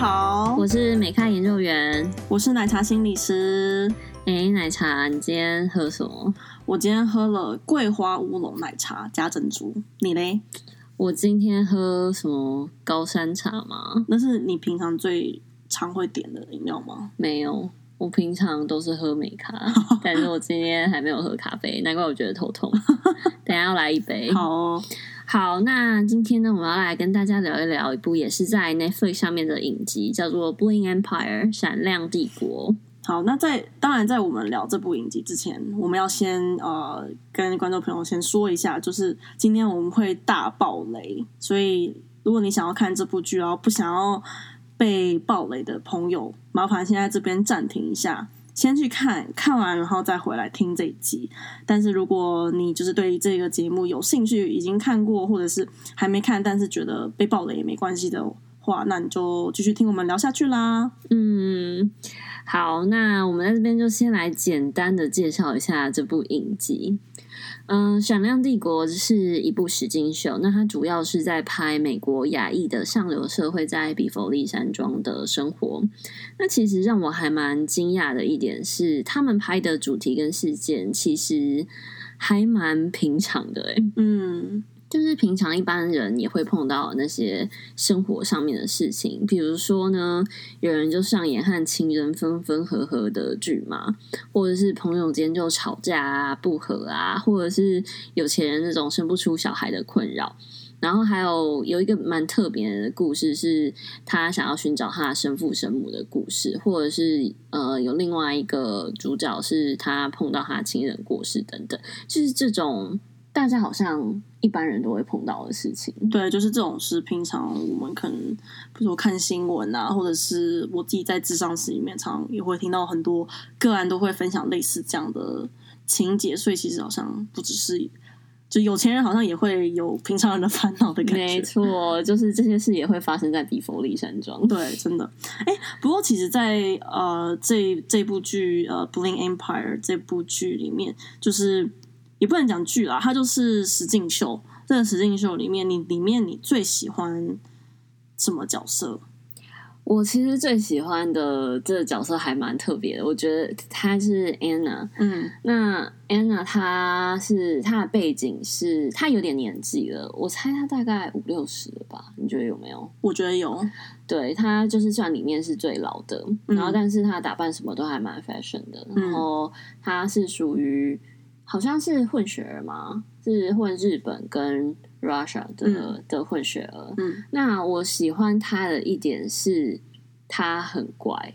哦人，我是奶茶心理师，哎，奶茶，你今天喝什么？我今天喝了桂花乌龙奶茶加珍珠，你嘞？我今天喝什么高山茶吗？那是你平常最常会点的饮料吗？没有，我平常都是喝美咖，但是我今天还没有喝咖啡，难怪我觉得头痛。等一下要来一杯。好哦，好，那今天呢，我们要来跟大家聊一聊一部也是在 Netflix 上面的影集，叫做《Bling Empire》闪亮帝国。好，那在当然在我们聊这部影集之前，我们要先呃跟观众朋友先说一下，就是今天我们会大爆雷，所以如果你想要看这部剧，然后不想要被爆雷的朋友，麻烦先在这边暂停一下。先去看看完，然后再回来听这一集。但是如果你就是对这个节目有兴趣，已经看过或者是还没看，但是觉得被爆雷也没关系的话，那你就继续听我们聊下去啦。嗯，好，那我们在这边就先来简单的介绍一下这部影集。嗯，《闪亮帝国》是一部实境秀，那它主要是在拍美国亚裔的上流社会在比佛利山庄的生活。那其实让我还蛮惊讶的一点是，他们拍的主题跟事件其实还蛮平常的、欸，嗯，就是平常一般人也会碰到那些生活上面的事情，比如说呢，有人就上演和情人分分合合的剧嘛，或者是朋友间就吵架啊、不和啊，或者是有钱人那种生不出小孩的困扰。然后还有有一个蛮特别的故事，是他想要寻找他的生父生母的故事，或者是呃有另外一个主角是他碰到他亲人过世等等，就是这种大家好像一般人都会碰到的事情。对，就是这种事，平常我们可能，比如说看新闻啊，或者是我自己在智商室里面，常常也会听到很多个案都会分享类似这样的情节，所以其实好像不只是，就有钱人好像也会有平常人的烦恼的感没觉。错，就是这些事也会发生在比佛利山庄。对，真的。哎，不过其实在，呃这这部剧呃《Bling Empire》这部剧里面，就是也不能讲剧啦，它就是实境秀。这个实境秀里面，你里面你最喜欢什么角色？我其实最喜欢的这个角色还蛮特别的，我觉得她是 Anna。嗯那 Anna 她是她的背景是她有点年纪了，我猜她大概五六十了吧？你觉得有没有？我觉得有，对她就是算里面是最老的，嗯然后但是她打扮什么都还蛮 fashion 的，嗯然后她是属于好像是混血儿嘛，是混日本跟 Russia 的、嗯的混血儿。嗯，那我喜欢她的一点是她很乖。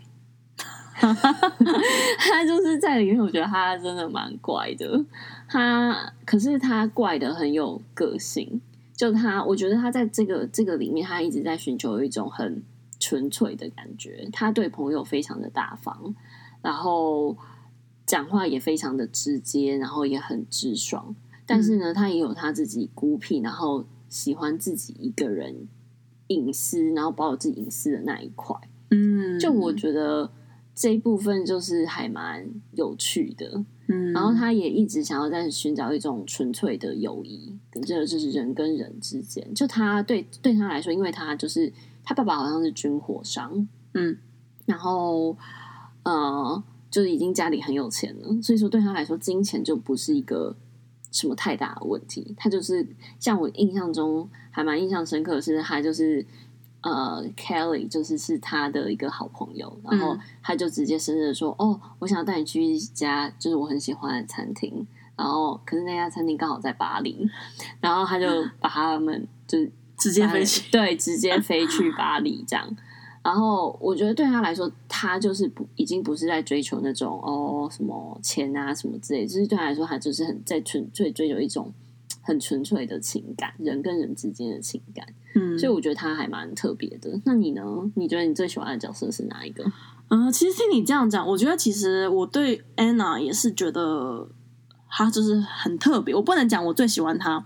他就是在里面，我觉得他真的蛮怪的。他可是他怪的很有个性，就他，我觉得他在这个这个里面，他一直在寻求一种很纯粹的感觉。他对朋友非常的大方，然后讲话也非常的直接，然后也很直爽。嗯但是呢，他也有他自己孤僻，然后喜欢自己一个人隐私，然后保有自己隐私的那一块。嗯，就我觉得这一部分就是还蛮有趣的，嗯，然后他也一直想要在寻找一种纯粹的友谊，这就是人跟人之间。就他对对他来说，因为他就是他爸爸好像是军火商，嗯，然后呃，就已经家里很有钱了，所以说对他来说，金钱就不是一个什么太大的问题。他就是像我印象中还蛮印象深刻的是，他就是呃，Kelly 就是是他的一个好朋友，然后嗯他就直接生日说：“哦，我想要带你去一家就是我很喜欢的餐厅。”然后，可是那家餐厅刚好在巴黎，然后他就把他们就是直接巴黎飞去， 对，直接飞去巴黎这样。然后我觉得对他来说，他就是不已经不是在追求那种哦什么钱啊什么之类，就是对他来说，他就是很在纯粹追求一种很纯粹的情感，人跟人之间的情感。嗯，所以我觉得他还蛮特别的。那你呢？你觉得你最喜欢的角色是哪一个？嗯，其实听你这样讲，我觉得其实我对 Anna 也是觉得她就是很特别。我不能讲我最喜欢她，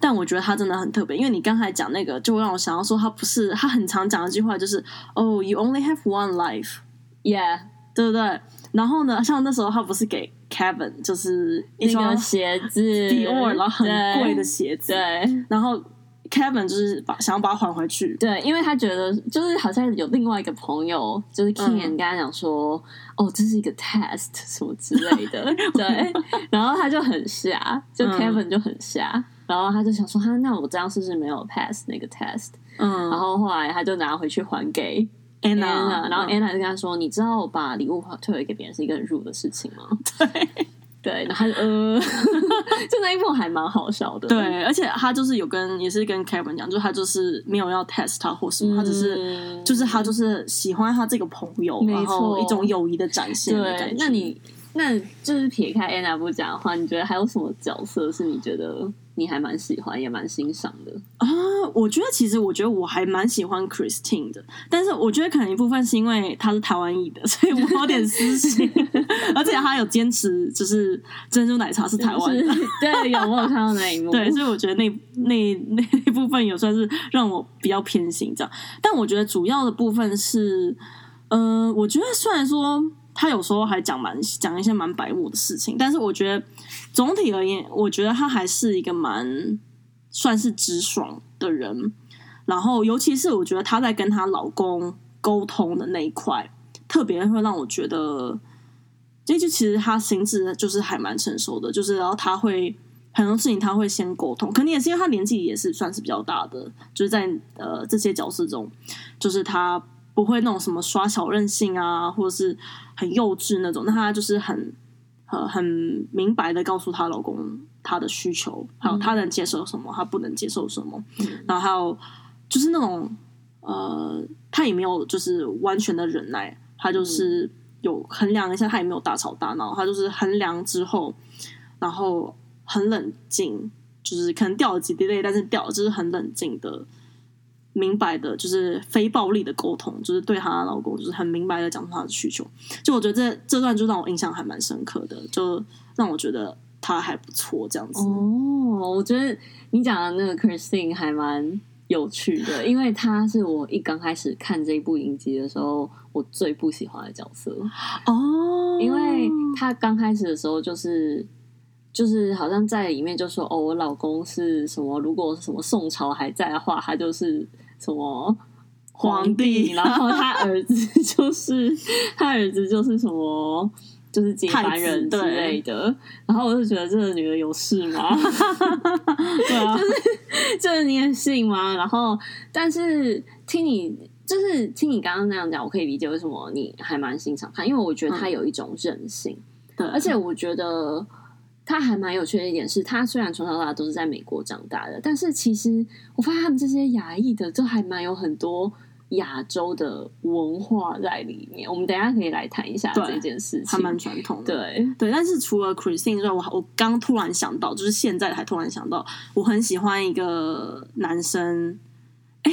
但我觉得她真的很特别。因为你刚才讲那个，就让我想到说，她不是她很常讲的一句话就是哦、y o u only have one life， Yeah，对不对？然后呢，像那时候她不是给 Kevin 就是一那双个鞋子 Dior 然后很贵的鞋鞋子，对，然后 Kevin 就是把想要把他还回去，对，因为他觉得就是好像有另外一个朋友，就是嗯 Kian 跟他讲说，哦，这是一个 test 什么之类 的，对，然后他就很瞎，就嗯 Kevin 就很瞎，然后他就想说，哈，那我这样是不是没有 pass 那个 test？嗯，然后后来他就拿回去还给 Anna， Anna，然后嗯 Anna 就跟他说，你知道我把礼物退回给别人是一个很 rude 的事情吗？对，对，然后他就呃， 就那一幕还蛮好笑的，对，而且他就是有跟也是跟 Kevin 讲，就是他就是没有要 test 他或什么，嗯，他只是就是他就是喜欢他这个朋友，没错然后一种友谊的展现的感对觉，那你那就是撇开 Anna 不讲的话，你觉得还有什么角色是你觉得你还蛮喜欢也蛮欣赏的？啊，我觉得其实我觉得我还蛮喜欢 Christine 的，但是我觉得可能一部分是因为她是台湾裔的， 所以我有点 私心，而且她有坚持就是珍珠奶茶 是台湾是的，对，有我有看到那一幕， 对，所以我觉得那那那一部分有算是让我比较偏心这样，但我觉得主要的部分是，呃，我觉得虽然说他有时候还讲蛮讲一些蛮白目的事情，但是我觉得总体而言，我觉得他还是一个蛮算是直爽的人。然后，尤其是我觉得她在跟她老公沟通的那一块，特别会让我觉得，这就其实她心智就是还蛮成熟的，就是然后她会很多事情她会先沟通，可能也是因为她年纪也是算是比较大的，就是在呃这些角色中，就是她不会那种什么耍小任性啊，或者是很幼稚那种，那她就是很呃很明白的告诉她老公她的需求，还有她能接受什么，她不能接受什么，然后还有就是那种呃，她也没有就是完全的忍耐，她就是有衡量一下，她也没有大吵大闹，她就是衡量之后，然后很冷静，就是可能掉了几滴泪，但是掉了就是很冷静的。明白的，就是非暴力的沟通，就是对她老公就是很明白的讲出她的需求。就我觉得这这段就让我印象还蛮深刻的，就让我觉得她还不错这样子。哦，我觉得你讲的那个 Christine 还蛮有趣的，因为她是我一刚开始看这部影集的时候，我最不喜欢的角色。哦因为她刚开始的时候就是就是好像在里面就说哦，我老公是什么？如果什么宋朝还在的话，他就是什么。皇皇帝，帝然后 他儿子就是他儿子就是什么，就是接班人太子之对类的。然后我就觉得这个女的有事 吗？对啊，这你也信吗？然后，但是听你就是听你刚刚那样讲，我可以理解为什么你还蛮欣赏他，因为我觉得嗯他有一种韧性，对，而且我觉得他还蛮有趣的一点是，他虽然从小到大都是在美国长大的，但是其实我发现他们这些亚裔的，就还蛮有很多。亚洲的文化在里面，我们等一下可以来谈一下对这件事情。还蛮传统的。对，对，但是除了 Christine 之外，我我刚突然想到，就是现在才突然想到，我很喜欢一个男生，哎，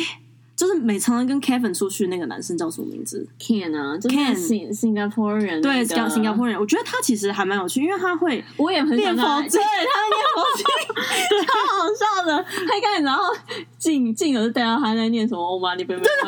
就是每常常跟 Kevin 出去那个男生叫什么名字？ Can 啊，就是 Ken 新新加坡人那对，个，讲新加坡人，我觉得他其实还蛮有趣，因为他会我也很想念到佛他经，超好笑的，他一开始然后进进而带到他在念什么欧玛尼贝贝，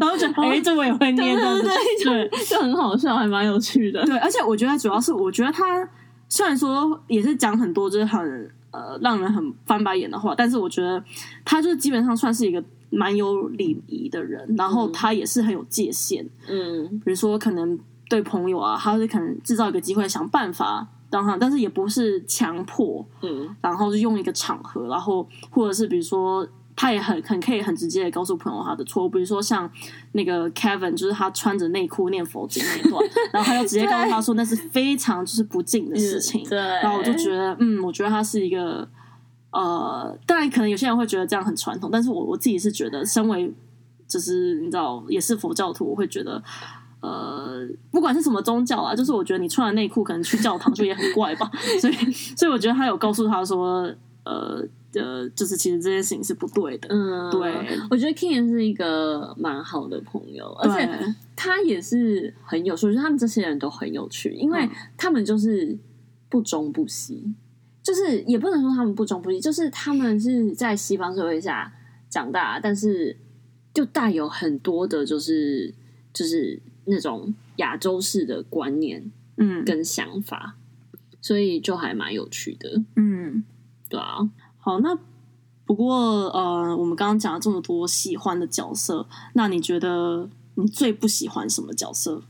然后觉得哎，这我也会对念，这样对子对，对，就就很好笑，还蛮有趣的。对，而且我觉得主要是，我觉得他虽然说也是讲很多就是很呃让人很翻白眼的话，但是我觉得他就是基本上算是一个蛮有礼仪的人，然后嗯他也是很有界限，嗯，比如说可能对朋友啊，他是可能制造一个机会想办法让他，但是也不是强迫，嗯然后就用一个场合，然后或者是比如说，他也很很可以很直接的告诉朋友他的错误，比如说像那个 Kevin，就是他穿着内裤念佛经那一 段，然后他就直接告诉他说那是非常就是不敬的事情，嗯对，然然后我就觉得，嗯，我觉得他是一个。呃，当然，可能有些人会觉得这样很传统，但是我我自己是觉得，身为就是你知道，也是佛教徒，我会觉得，呃，不管是什么宗教啊，就是我觉得你穿了内裤，可能去教堂就也很怪吧。所以，所以我觉得他有告诉他说，呃呃，就是其实这件事情是不对的。嗯，对，我觉得 Ken 是一个蛮好的朋友，而且对他也是很有趣，我觉得他们这些人都很有趣，因为嗯他们就是不忠不息，就是也不能说他们不忠不息，就是他们是在西方社会下长大，但是就带有很多的，就是就是那种亚洲式的观念嗯跟想法，所以就还蛮有趣的，嗯，对啊，好，那不过呃，我们刚刚讲了这么多喜欢的角色，那你觉得你最不喜欢什么角色？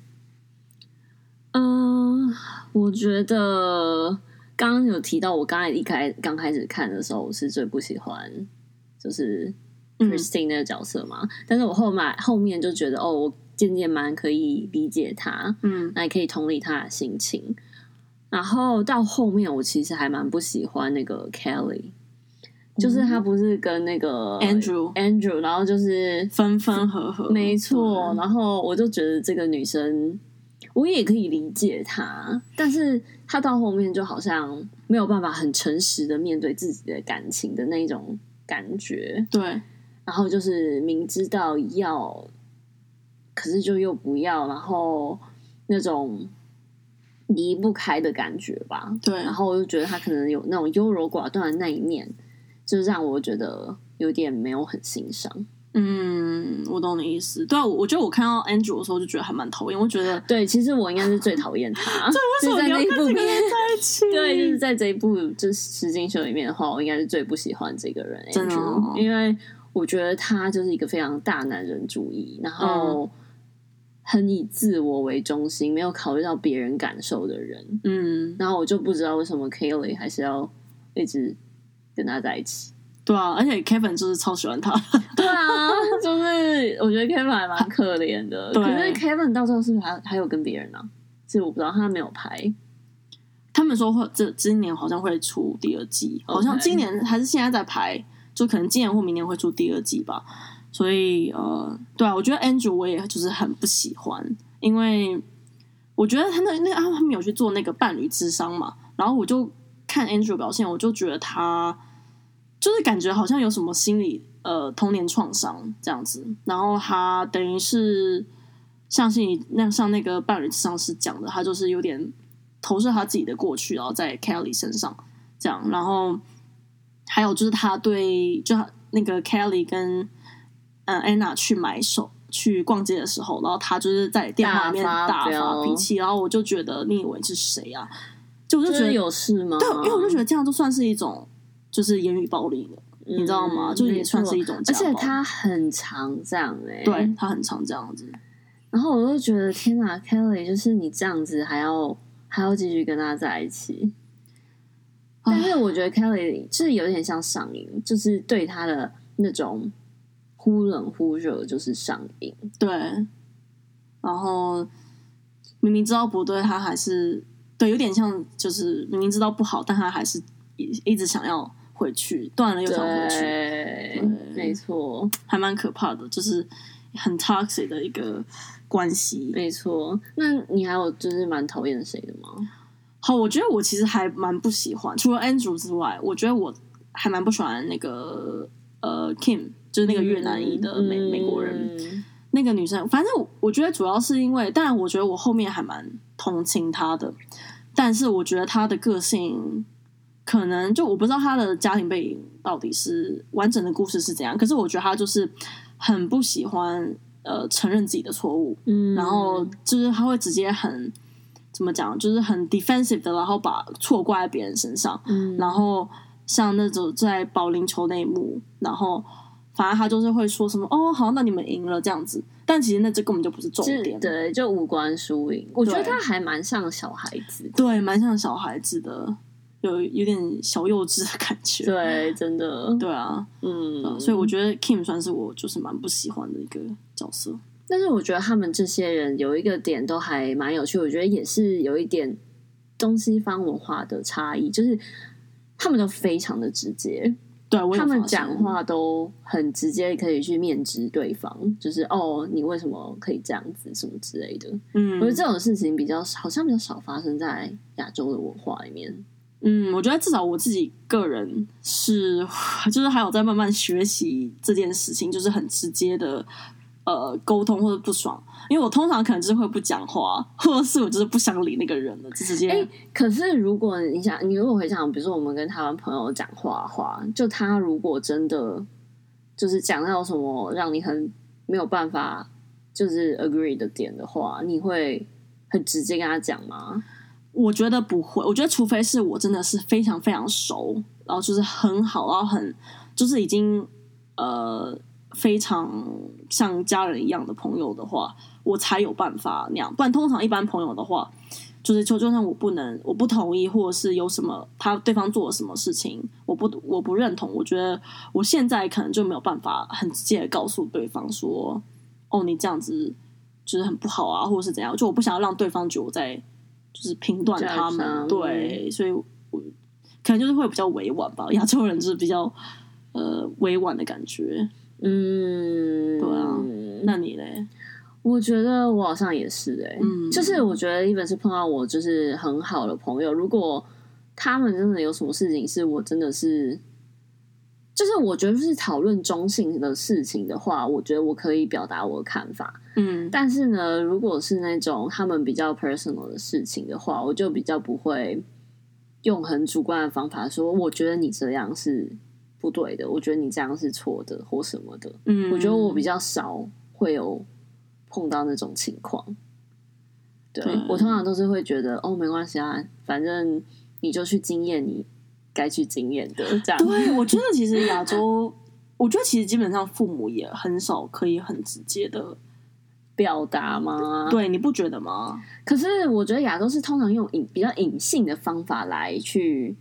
嗯、我觉得刚刚有提到，我刚才一开刚开始看的时候，我是最不喜欢就是 Christine 那个角色嘛，但是我后面后面就觉得哦，我渐渐蛮可以理解他，嗯那也可以同理他的心情。然后到后面，我其实还蛮不喜欢那个 Kelly，就是他不是跟那个 Andrew Andrew，然后就是分分合合，没错，对然后我就觉得这个女生，我也可以理解她，但是她到后面就好像没有办法很诚实的面对自己的感情的那一种感觉，对，然后就是明知道要，可是就又不要，然后那种离不开的感觉吧。对然后我就觉得她可能有那种优柔寡断的那一面，就让我觉得有点没有很欣赏。嗯，我懂你意思。对啊，我我觉得我看到 Andrew 的时候就觉得还蛮讨厌，我觉得对，其实我应该是最讨厌他。对，为就是在什么你要那一跟部 这个片人，在一起？ 对，就是在这一部就是《石金秀》里面的话，我应该是最不喜欢这个人，真的哦 Andrew，因为我觉得他就是一个非常大男人主义，然嗯后很以自我为中心，没有考虑到别人感受的人。嗯，然后我就不知道为什么 Kelly 还是要一直跟他在一起。对啊，而且 Kevin 就是超喜欢他，对 啊，就是我觉得 Kevin 还蛮可怜的，对可是 Kevin 到最后是不是还还有跟别人呢、啊？是我不知道，他没有拍。他们说会这今年好像会出第二季，好像 OK 今年还是现在在排，就可能今年或明年会出第二季吧。所以呃，对啊，我觉得 Andrew 我也就是很不喜欢，因为我觉得他那那啊，他们有去做那个伴侣智商嘛，然后我就看 Andrew 表现，我就觉得他就是感觉好像有什么心理呃童年创伤这样子，然后他等于是像是你那像那个伴侣智商师讲的，他就是有点投射他自己的过去，然后在 Kelly 身上这样，然后还有就是他对就他那个 Kelly 跟嗯 Anna 去买手去逛街的时候，然后他就是在电话里面大发大发飙脾气，然后我就觉得你以为是谁啊？就我就就觉得是有事吗？对，因为我就觉得这样就算是一种就是言语暴力了，你嗯你知道吗？就也算是一种家嗯而暴，且他很常这样哎、欸，对。他很常这样子，然后我就觉得天哪，Kelly，就是你这样子还要还要继续跟他在一起。但是我觉得 Kelly 就是有点像上瘾，就是对他的那种忽冷忽热就是上瘾。对，然后明明知道不对，他还是对，有点像就是明明知道不好，但他还是一一直想要回去，断了又想回去，嗯对，没错，还蛮可怕的，就是很 toxic 的一个关系。没错。那你还有就是蛮讨厌谁的吗？好，我觉得我其实还蛮不喜欢，除了 Andrew 之外，我觉得我还蛮不喜欢那个呃 Kim，就是那个越南裔的美、美国人。嗯，那个女生，反正我我觉得主要是因为，当然我觉得我后面还蛮同情她的，但是我觉得她的个性可能就我不知道她的家庭背景到底是完整的故事是怎样，可是我觉得她就是很不喜欢呃承认自己的错误，嗯然后就是她会直接很怎么讲，就是很 defensive 的，然后把错怪在别人身上，嗯然后像那种在保龄球那一幕，然后反正他就是会说什么哦，好，那你们赢了这样子，但其实那这根本就不是重就点，对，就无关输赢。我觉得对他还蛮像小孩子的，对，蛮像小孩子的，有有点小幼稚的感觉，啊对，真的，对啊，嗯，所以我觉得 Kim 算是我就是蛮不喜欢的一个角色，但是我觉得他们这些人有一个点都还蛮有趣，我觉得也是有一点东西方文化的差异，就是他们都非常的直接，对啊我有他们发现讲话都很直接，可以去面质对方，就是哦，你为什么可以这样子，什么之类的。嗯，我觉得这种事情比较好像比较少发生在亚洲的文化里面。嗯，我觉得至少我自己个人是，就是还有在慢慢学习这件事情，就是很直接的呃沟通或者不爽，因为我通常可能就是会不讲话，或者是我就是不想理那个人了，就直接、哎、可是如果你想，你如果回想，比如说我们跟台湾朋友讲话的话，就他如果真的就是讲到什么让你很没有办法就是 agree 的点的话，你会很直接跟他讲吗？我觉得不会，我觉得除非是我真的是非常非常熟，然后就是很好，然后很就是已经呃非常像家人一样的朋友的话，我才有办法那样。不然通常一般朋友的话，就是就就算我不能，我不同意，或者是有什么他对方做了什么事情，我不我不认同，我觉得我现在可能就没有办法很直接的告诉对方说，哦，你这样子就是很不好啊，或者是怎样，就我不想要让对方觉得我在就是评断他在上们，对，所以我可能就是会比较委婉吧，亚洲人就是比较呃委婉的感觉。嗯，对啊那你嘞？我觉得我好像也是哎、嗯就是我觉得一本是碰到我就是很好的朋友，如果他们真的有什么事情是我真的是，就是我觉得是讨论中性的事情的话，我觉得我可以表达我的看法。嗯但是呢，如果是那种他们比较 personal 的事情的话，我就比较不会用很主观的方法说，我觉得你这样是不对的，我觉得你这样是错的或什么的。嗯我觉得我比较少会有碰到那种情况。对对我通常都是会觉得哦，没关系啊，反正你就去经验你该去经验的，这样对，我觉得其实亚洲，我觉得其实基本上父母也很少可以很直接的，表达嘛。，对，你不觉得吗？可是我觉得亚洲是通常用隐比较隐性的方法来去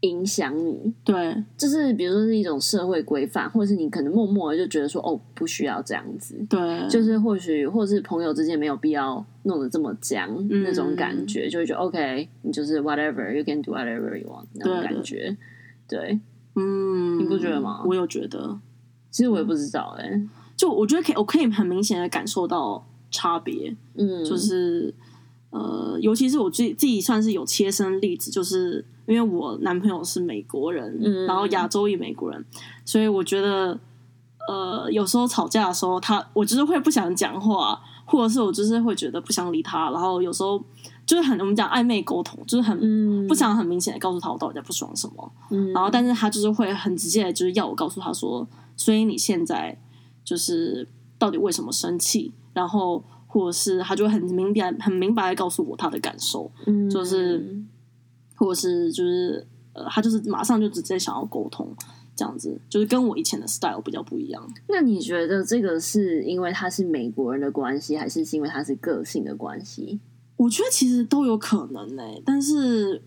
影响你，对，就是比如说是一种社会规范，或者是你可能默默的就觉得说哦，不需要这样子。对，就是或许或是朋友之间没有必要弄得这么僵、嗯那种感觉，就会觉得 OK，你就是 whatever you can do whatever you want 那种对感觉。对，嗯，你不觉得吗我有觉得，其实我也不知道哎、欸，就我觉得可以，我可以很明显的感受到差别，嗯，就是呃，尤其是我自己自己算是有切身例子，就是因为我男朋友是美国人，嗯然后亚洲裔美国人，所以我觉得呃，有时候吵架的时候，他我就是会不想讲话，或者是我就是会觉得不想理他，然后有时候就是很我们讲暧昧沟通，就是很。嗯不，想很明显的告诉他我到底在不爽什么，嗯然后但是他就是会很直接的，就是要我告诉他说，所以你现在就是到底为什么生气，然后或者是他就会很明白很明白的告诉我他的感受，嗯就是或者是就是呃，他就是马上就直接想要沟通，这样子就是跟我以前的 style 比较不一样。那你觉得这个是因为他是美国人的关系，还是是因为他是个性的关系？我觉得其实都有可能呢、但是，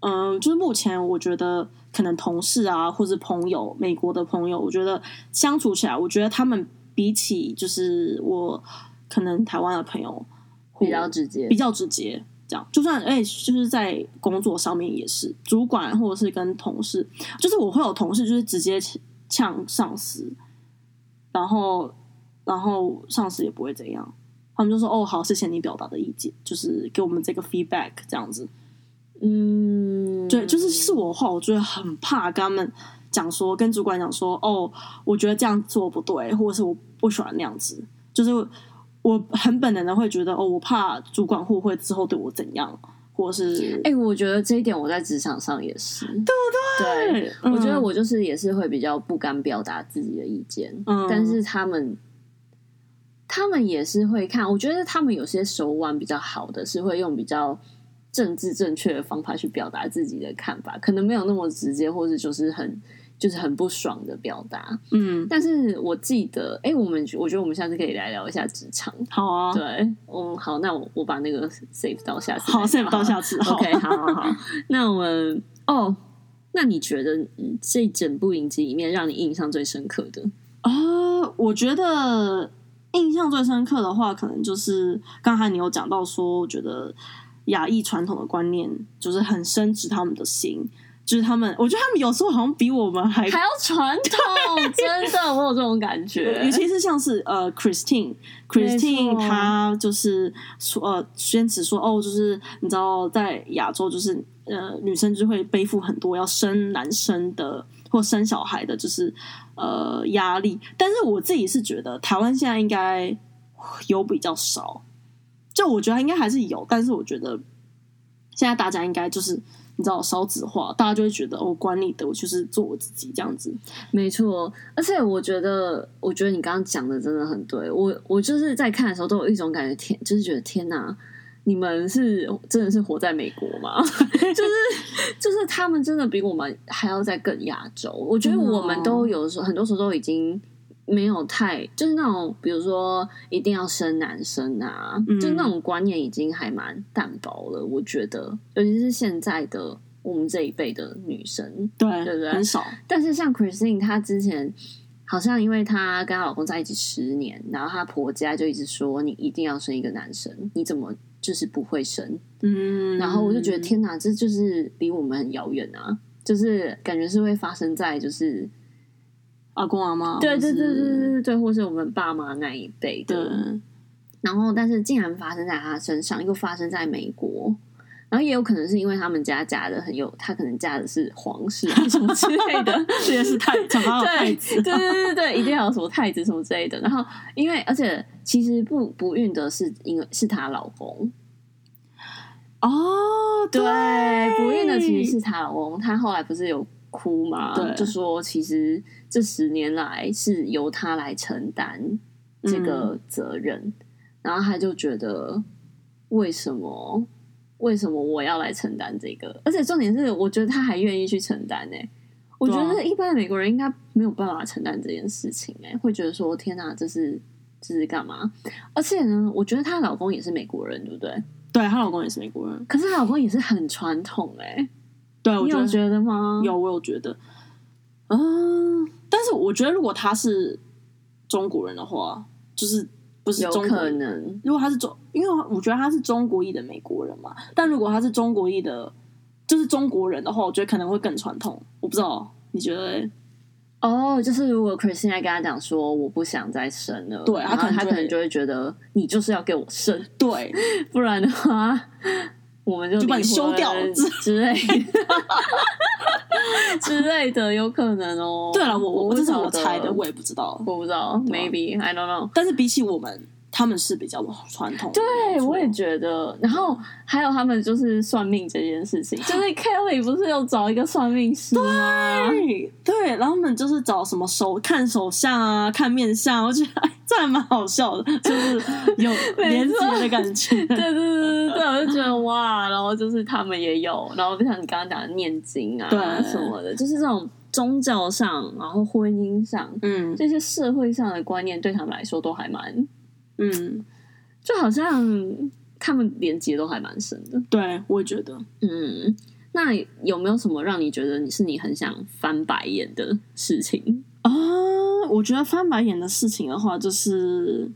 嗯，就是目前我觉得可能同事啊，或是朋友，美国的朋友，我觉得相处起来，我觉得他们比起就是我可能台湾的朋友比较直接比，较直接，这样就算哎、就是在工作上面也是，主管或者是跟同事，就是我会有同事就是直接呛上司，然后然后上司也不会怎样，他们就说哦好，谢谢你表达的意见，就是给我们这个 feedback 这样子，嗯，对，就是是我的话，我就会很怕跟他们讲说，跟主管讲说，哦，我觉得这样做不对，或者是我不喜欢那样子，就是我很本能的会觉得，哦，我怕主管会不会之后对我怎样，或者是，哎、我觉得这一点我在职场上也是，对不对？对，嗯我觉得，我就是也是会比较不敢表达自己的意见，嗯但是他们他们也是会看，我觉得他们有些手腕比较好的是会用比较政治正确的方法去表达自己的看法，可能没有那么直接，或是就是很就是很不爽的表达。嗯，但是我记得，哎、我们我觉得我们下次可以来聊一下职场。好啊，对，嗯，好，那我我把那个 save 到下次来好聊，save 到了下次，好 OK，好好好，那我们哦，那你觉得嗯这整部影集里面让你印象最深刻的？啊、我觉得印象最深刻的话，可能就是刚才你有讲到说，我觉得亚裔传统的观念就是很深植他们的心，就是他们，我觉得他们有时候好像比我们还。还要传统，真的，我有这种感觉尤。其是像是呃，Christine，Christine，没错她就是说呃，坚持说哦，就是你知道，在亚洲就是呃，女生就会背负很多要生男生的或生小孩的，就是呃压力。但是我自己是觉得，台湾现在应该有比较少，就我觉得应该还是有，但是我觉得现在大家应该就是。你知道少子化，大家就会觉得哦，管你的，我就是做我自己这样子。没错，而且我觉得，我觉得你刚刚讲的真的很对。我我就是在看的时候都有一种感觉，天，就是觉得天哪，你们是真的是活在美国吗？ 就是就是他们真的比我们还要再更亚洲。我觉得真的哦我们都有时候很多时候都已经没有太就是那种比如说一定要生男生啊，嗯就是那种观念已经还蛮淡薄了。我觉得，尤其是现在的我们这一辈的女生，对对不对很少，但是像 Christine，她之前好像因为她跟她老公在一起十年，然后她婆家就一直说你一定要生一个男生，你怎么就是不会生？嗯，然后我就觉得天哪，这就是离我们很遥远啊！就是感觉是会发生在就是阿公阿妈，对或对是对对对对对，或是我们爸妈那一辈对的。然后，但是竟然发生在她身上，又发生在美国。然后也有可能是因为他们家嫁的很有，她可能嫁的是皇室还是什么之类的， 这也是太长大的太对子，对对对对，一定要有什么太子什么之类的。然后，因为而且其实不不孕的是因为是她老公，哦，对，不孕的其实是她老公。她后来不是有哭嘛对，就说其实这十年来是由她来承担这嗯个责任，然后她就觉得为什么？为什么我要来承担这个？而且重点是，我觉得她还愿意去承担呢、我觉对啊得一般的美国人应该没有办法承担这件事情、欸，会觉得说天哪、这是这是干嘛？而且呢，我觉得她老公也是美国人，对不对？对，她老公也是美国人，可是她老公也是很传统哎、对我你觉有啊得觉得吗？有，我有觉得，嗯，但是我觉得如果他是中国人的话，就是不是有中国可人，能，如果他是中，因为我觉得他是中国裔的美国人嘛，但如果他是中国裔的，就是中国人的话，我觉得可能会更传统，我不知道。你觉得 嘞？哦就是如果 Christine 跟他讲说我不想再生了，对然后他他可可能就会能就会觉得你就是要给我生，对，不然的话我们就就把你离婚休掉之之类的 之类的，有可能哦。对了，我我不这是晓我得猜的，我也不知道。我不知道对啊，maybe I don't know。但是比起我们，他们是比较传统的。没对，错我也觉得。然后还有他们就是算命这件事情，就是 Kelly 不是有找一个算命师吗？对啊对，然后我们就是找什么手看手相啊，看面相，我觉得哎，这还蛮好笑的，就是有 没连错接的感觉。对对对对对，我就觉得哇，然后就是他们也有，然后就像你刚刚讲的念经啊，对什么的，就是这种宗教上，然后婚姻上嗯这些社会上的观念，对他们来说都还蛮，嗯，就好像他们连接都还蛮深的。对，我也觉得嗯，那有没有什么让你觉得你是你很想翻白眼的事情？啊，我觉得翻白眼的事情的话，就是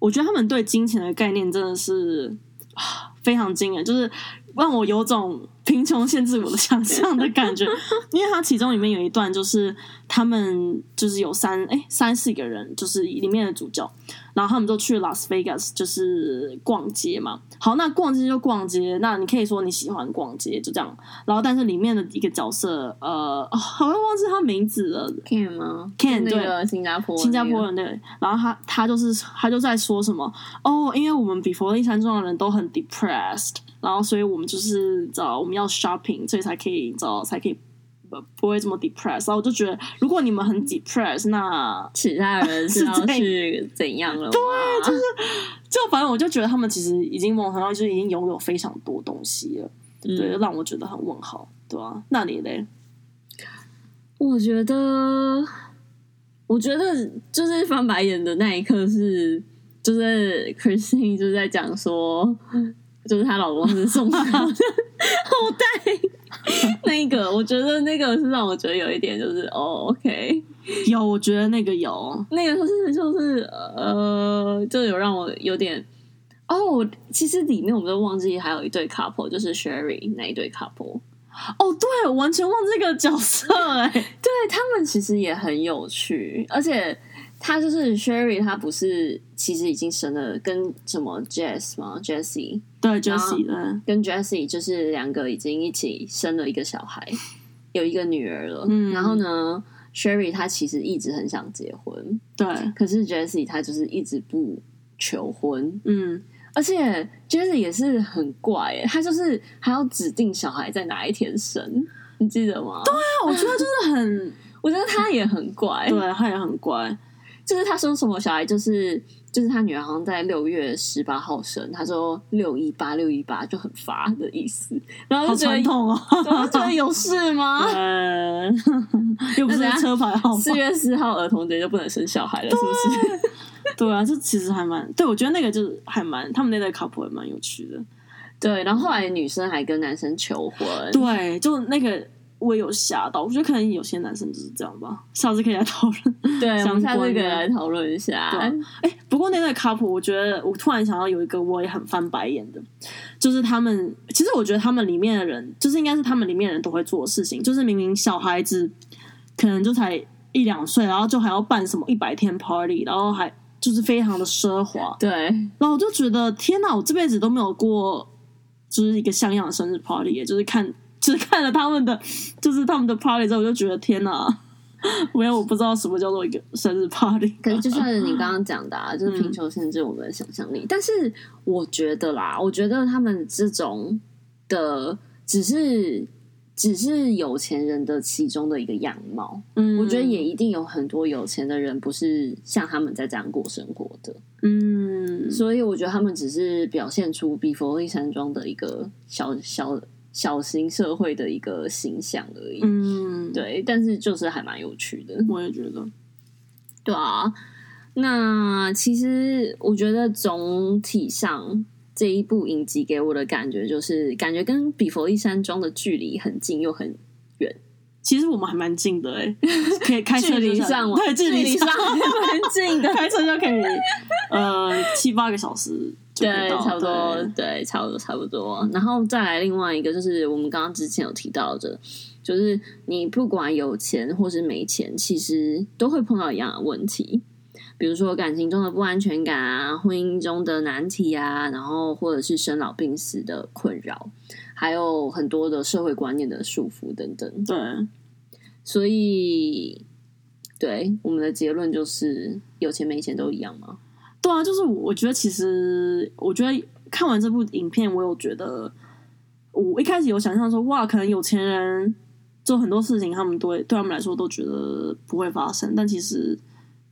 我觉得他们对金钱的概念真的是啊非常惊人，就是让我有种贫穷限制我的想象的感觉。 因为它其中里面有一段，就是他们就是有三哎三四个人，就是里面的主角，然后他们就去 Las Vegas 就是逛街嘛。好，那逛街就逛街，那你可以说你喜欢逛街，就这样。然后但是里面的一个角色，呃，哦好像忘记他名字了， Can 吗 Ken，那个新加坡、新加坡。人对，然后他他就是他就在说什么哦，因为我们比佛利山庄的人都很 depressed，然后所以我们就是找我们要 shopping，所以才可以找才可以不不会这么 depressed。然后我就觉得，如果你们很 depressed，那其他人 是是要这样去怎样了？对，就是就反正我就觉得他们其实已经某种程度就是已经拥有非常多东西了，嗯对，就让我觉得很问号，对啊，那你嘞？我觉得，我觉得就是翻白眼的那一刻是，就是 Christine 就是在讲说，就是她老公是送她的后代，那一个我觉得那个是让我觉得有一点就是哦，OK，有，我觉得那个有，那个就是就是呃，就有让我有点。哦，我其实里面我们都忘记还有一对 couple，就是 Sherry 那一对 couple，哦，对，我完全忘记这个角色、哎，对他们其实也很有趣，而且他就是 Sherry，他不是其实已经生了跟什么 Jess 吗？Jessie 然对后，Jessie 的，跟 Jessie 就是两个已经一起生了一个小孩，有一个女儿了。嗯然后呢，Sherry 她其实一直很想结婚，对，可是 Jessie 她就是一直不求婚，嗯。而且 Jessie 也是很怪耶，她就是还要指定小孩在哪一天生，你记得吗？对，我觉得就是很我觉得她也很怪。哎对，他也很乖，就是他说什么小孩就是就是他女儿好像在六月十八号生，他说六一八六一八就很乏的意思，然后好就觉传得，统哦。我就觉得有事吗？ 呃，又不是那等下车牌号码，四月四号儿童节就不能生小孩了，是不是？对啊，这其实还蛮对，我觉得那个就是还蛮他们那对 couple 也蛮有趣的。对，然后后来女生还跟男生求婚，对，就那个我有吓到，我觉得可能有些男生就是这样吧，下次可以来讨论。对，我们相下次关可以的来讨论一下。对啊哎、不过那对 couple，我觉得我突然想到有一个我也很翻白眼的，就是他们其实我觉得他们里面的人，就是应该是他们里面的人都会做的事情，就是明明小孩子可能就才一两岁，然后就还要办什么一百天 party，然后还就是非常的奢华，对，然后我就觉得天哪，我这辈子都没有过就是一个像样的生日 party，也就是看就是看了他们的就是他们的 party 之后，我就觉得天哪， 没有我不知道什么叫做一个生日 party。可是就嗯像你刚刚讲的、啊，就是贫穷限制我们的想象力。但是我觉得啦，我觉得他们这种的只是只是有钱人的其中的一个样貌。嗯我觉得也一定有很多有钱的人不是像他们在这样过生活的，嗯，所以我觉得他们只是表现出比佛利山庄的一个小小小型社会的一个形象而已。嗯，，对，但是就是还蛮有趣的。我也觉得，对啊，那其实我觉得总体上这一部影集给我的感觉就是，感觉跟比佛利山庄的距离很近又很其实我们还蛮近的哎、 可以开车距就离下上，对，距离离。上还 蛮近的 开车就可以，呃，七八个小时就可对以，到差不多对，对，差不多，差不多。然后再来另外一个，就是我们刚刚之前有提到的，就是你不管有钱或是没钱，其实都会碰到一样的问题，比如说感情中的不安全感啊，婚姻中的难题啊，然后或者是生老病死的困扰，还有很多的社会观念的束缚等等。对，所以，对我们的结论就是，有钱没钱都一样吗？对啊，就是我我觉得其实我觉得看完这部影片，我有觉得我一开始有想象说，哇，可能有钱人做很多事情，他们对对他们来说都觉得不会发生，但其实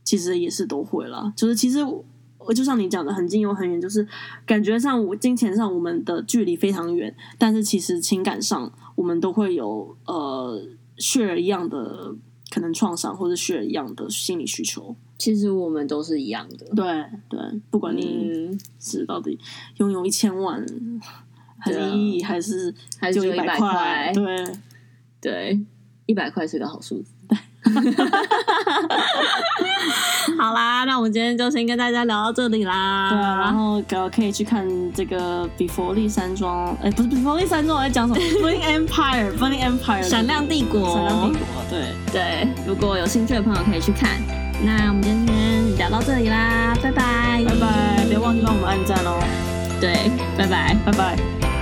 其实也是都会啦。就是其实我我就像你讲的，很近又很远，就是感觉上我金钱上我们的距离非常远，但是其实情感上我们都会有呃 share 一样的可能创伤，或者 share 一样的心理需求。其实我们都是一样的。对对，不管你。嗯，是到底拥有一千万，还是对啊一亿，还是还是就只有一百100块？块？啊对，对，一百块是个好数字。 好啦，那我们今天就先跟大家聊到这里啦。对啊，然后可可以去看这个比佛利山庄，哎，不是比佛利山庄，我在讲什么？Burning Empire，Burning Empire，闪亮帝国，闪亮帝国，对，对，如果有兴趣的朋友可以去看。那我们今天聊到这里啦，拜拜，拜拜，别忘记帮我们按赞哦，对，拜拜。拜拜。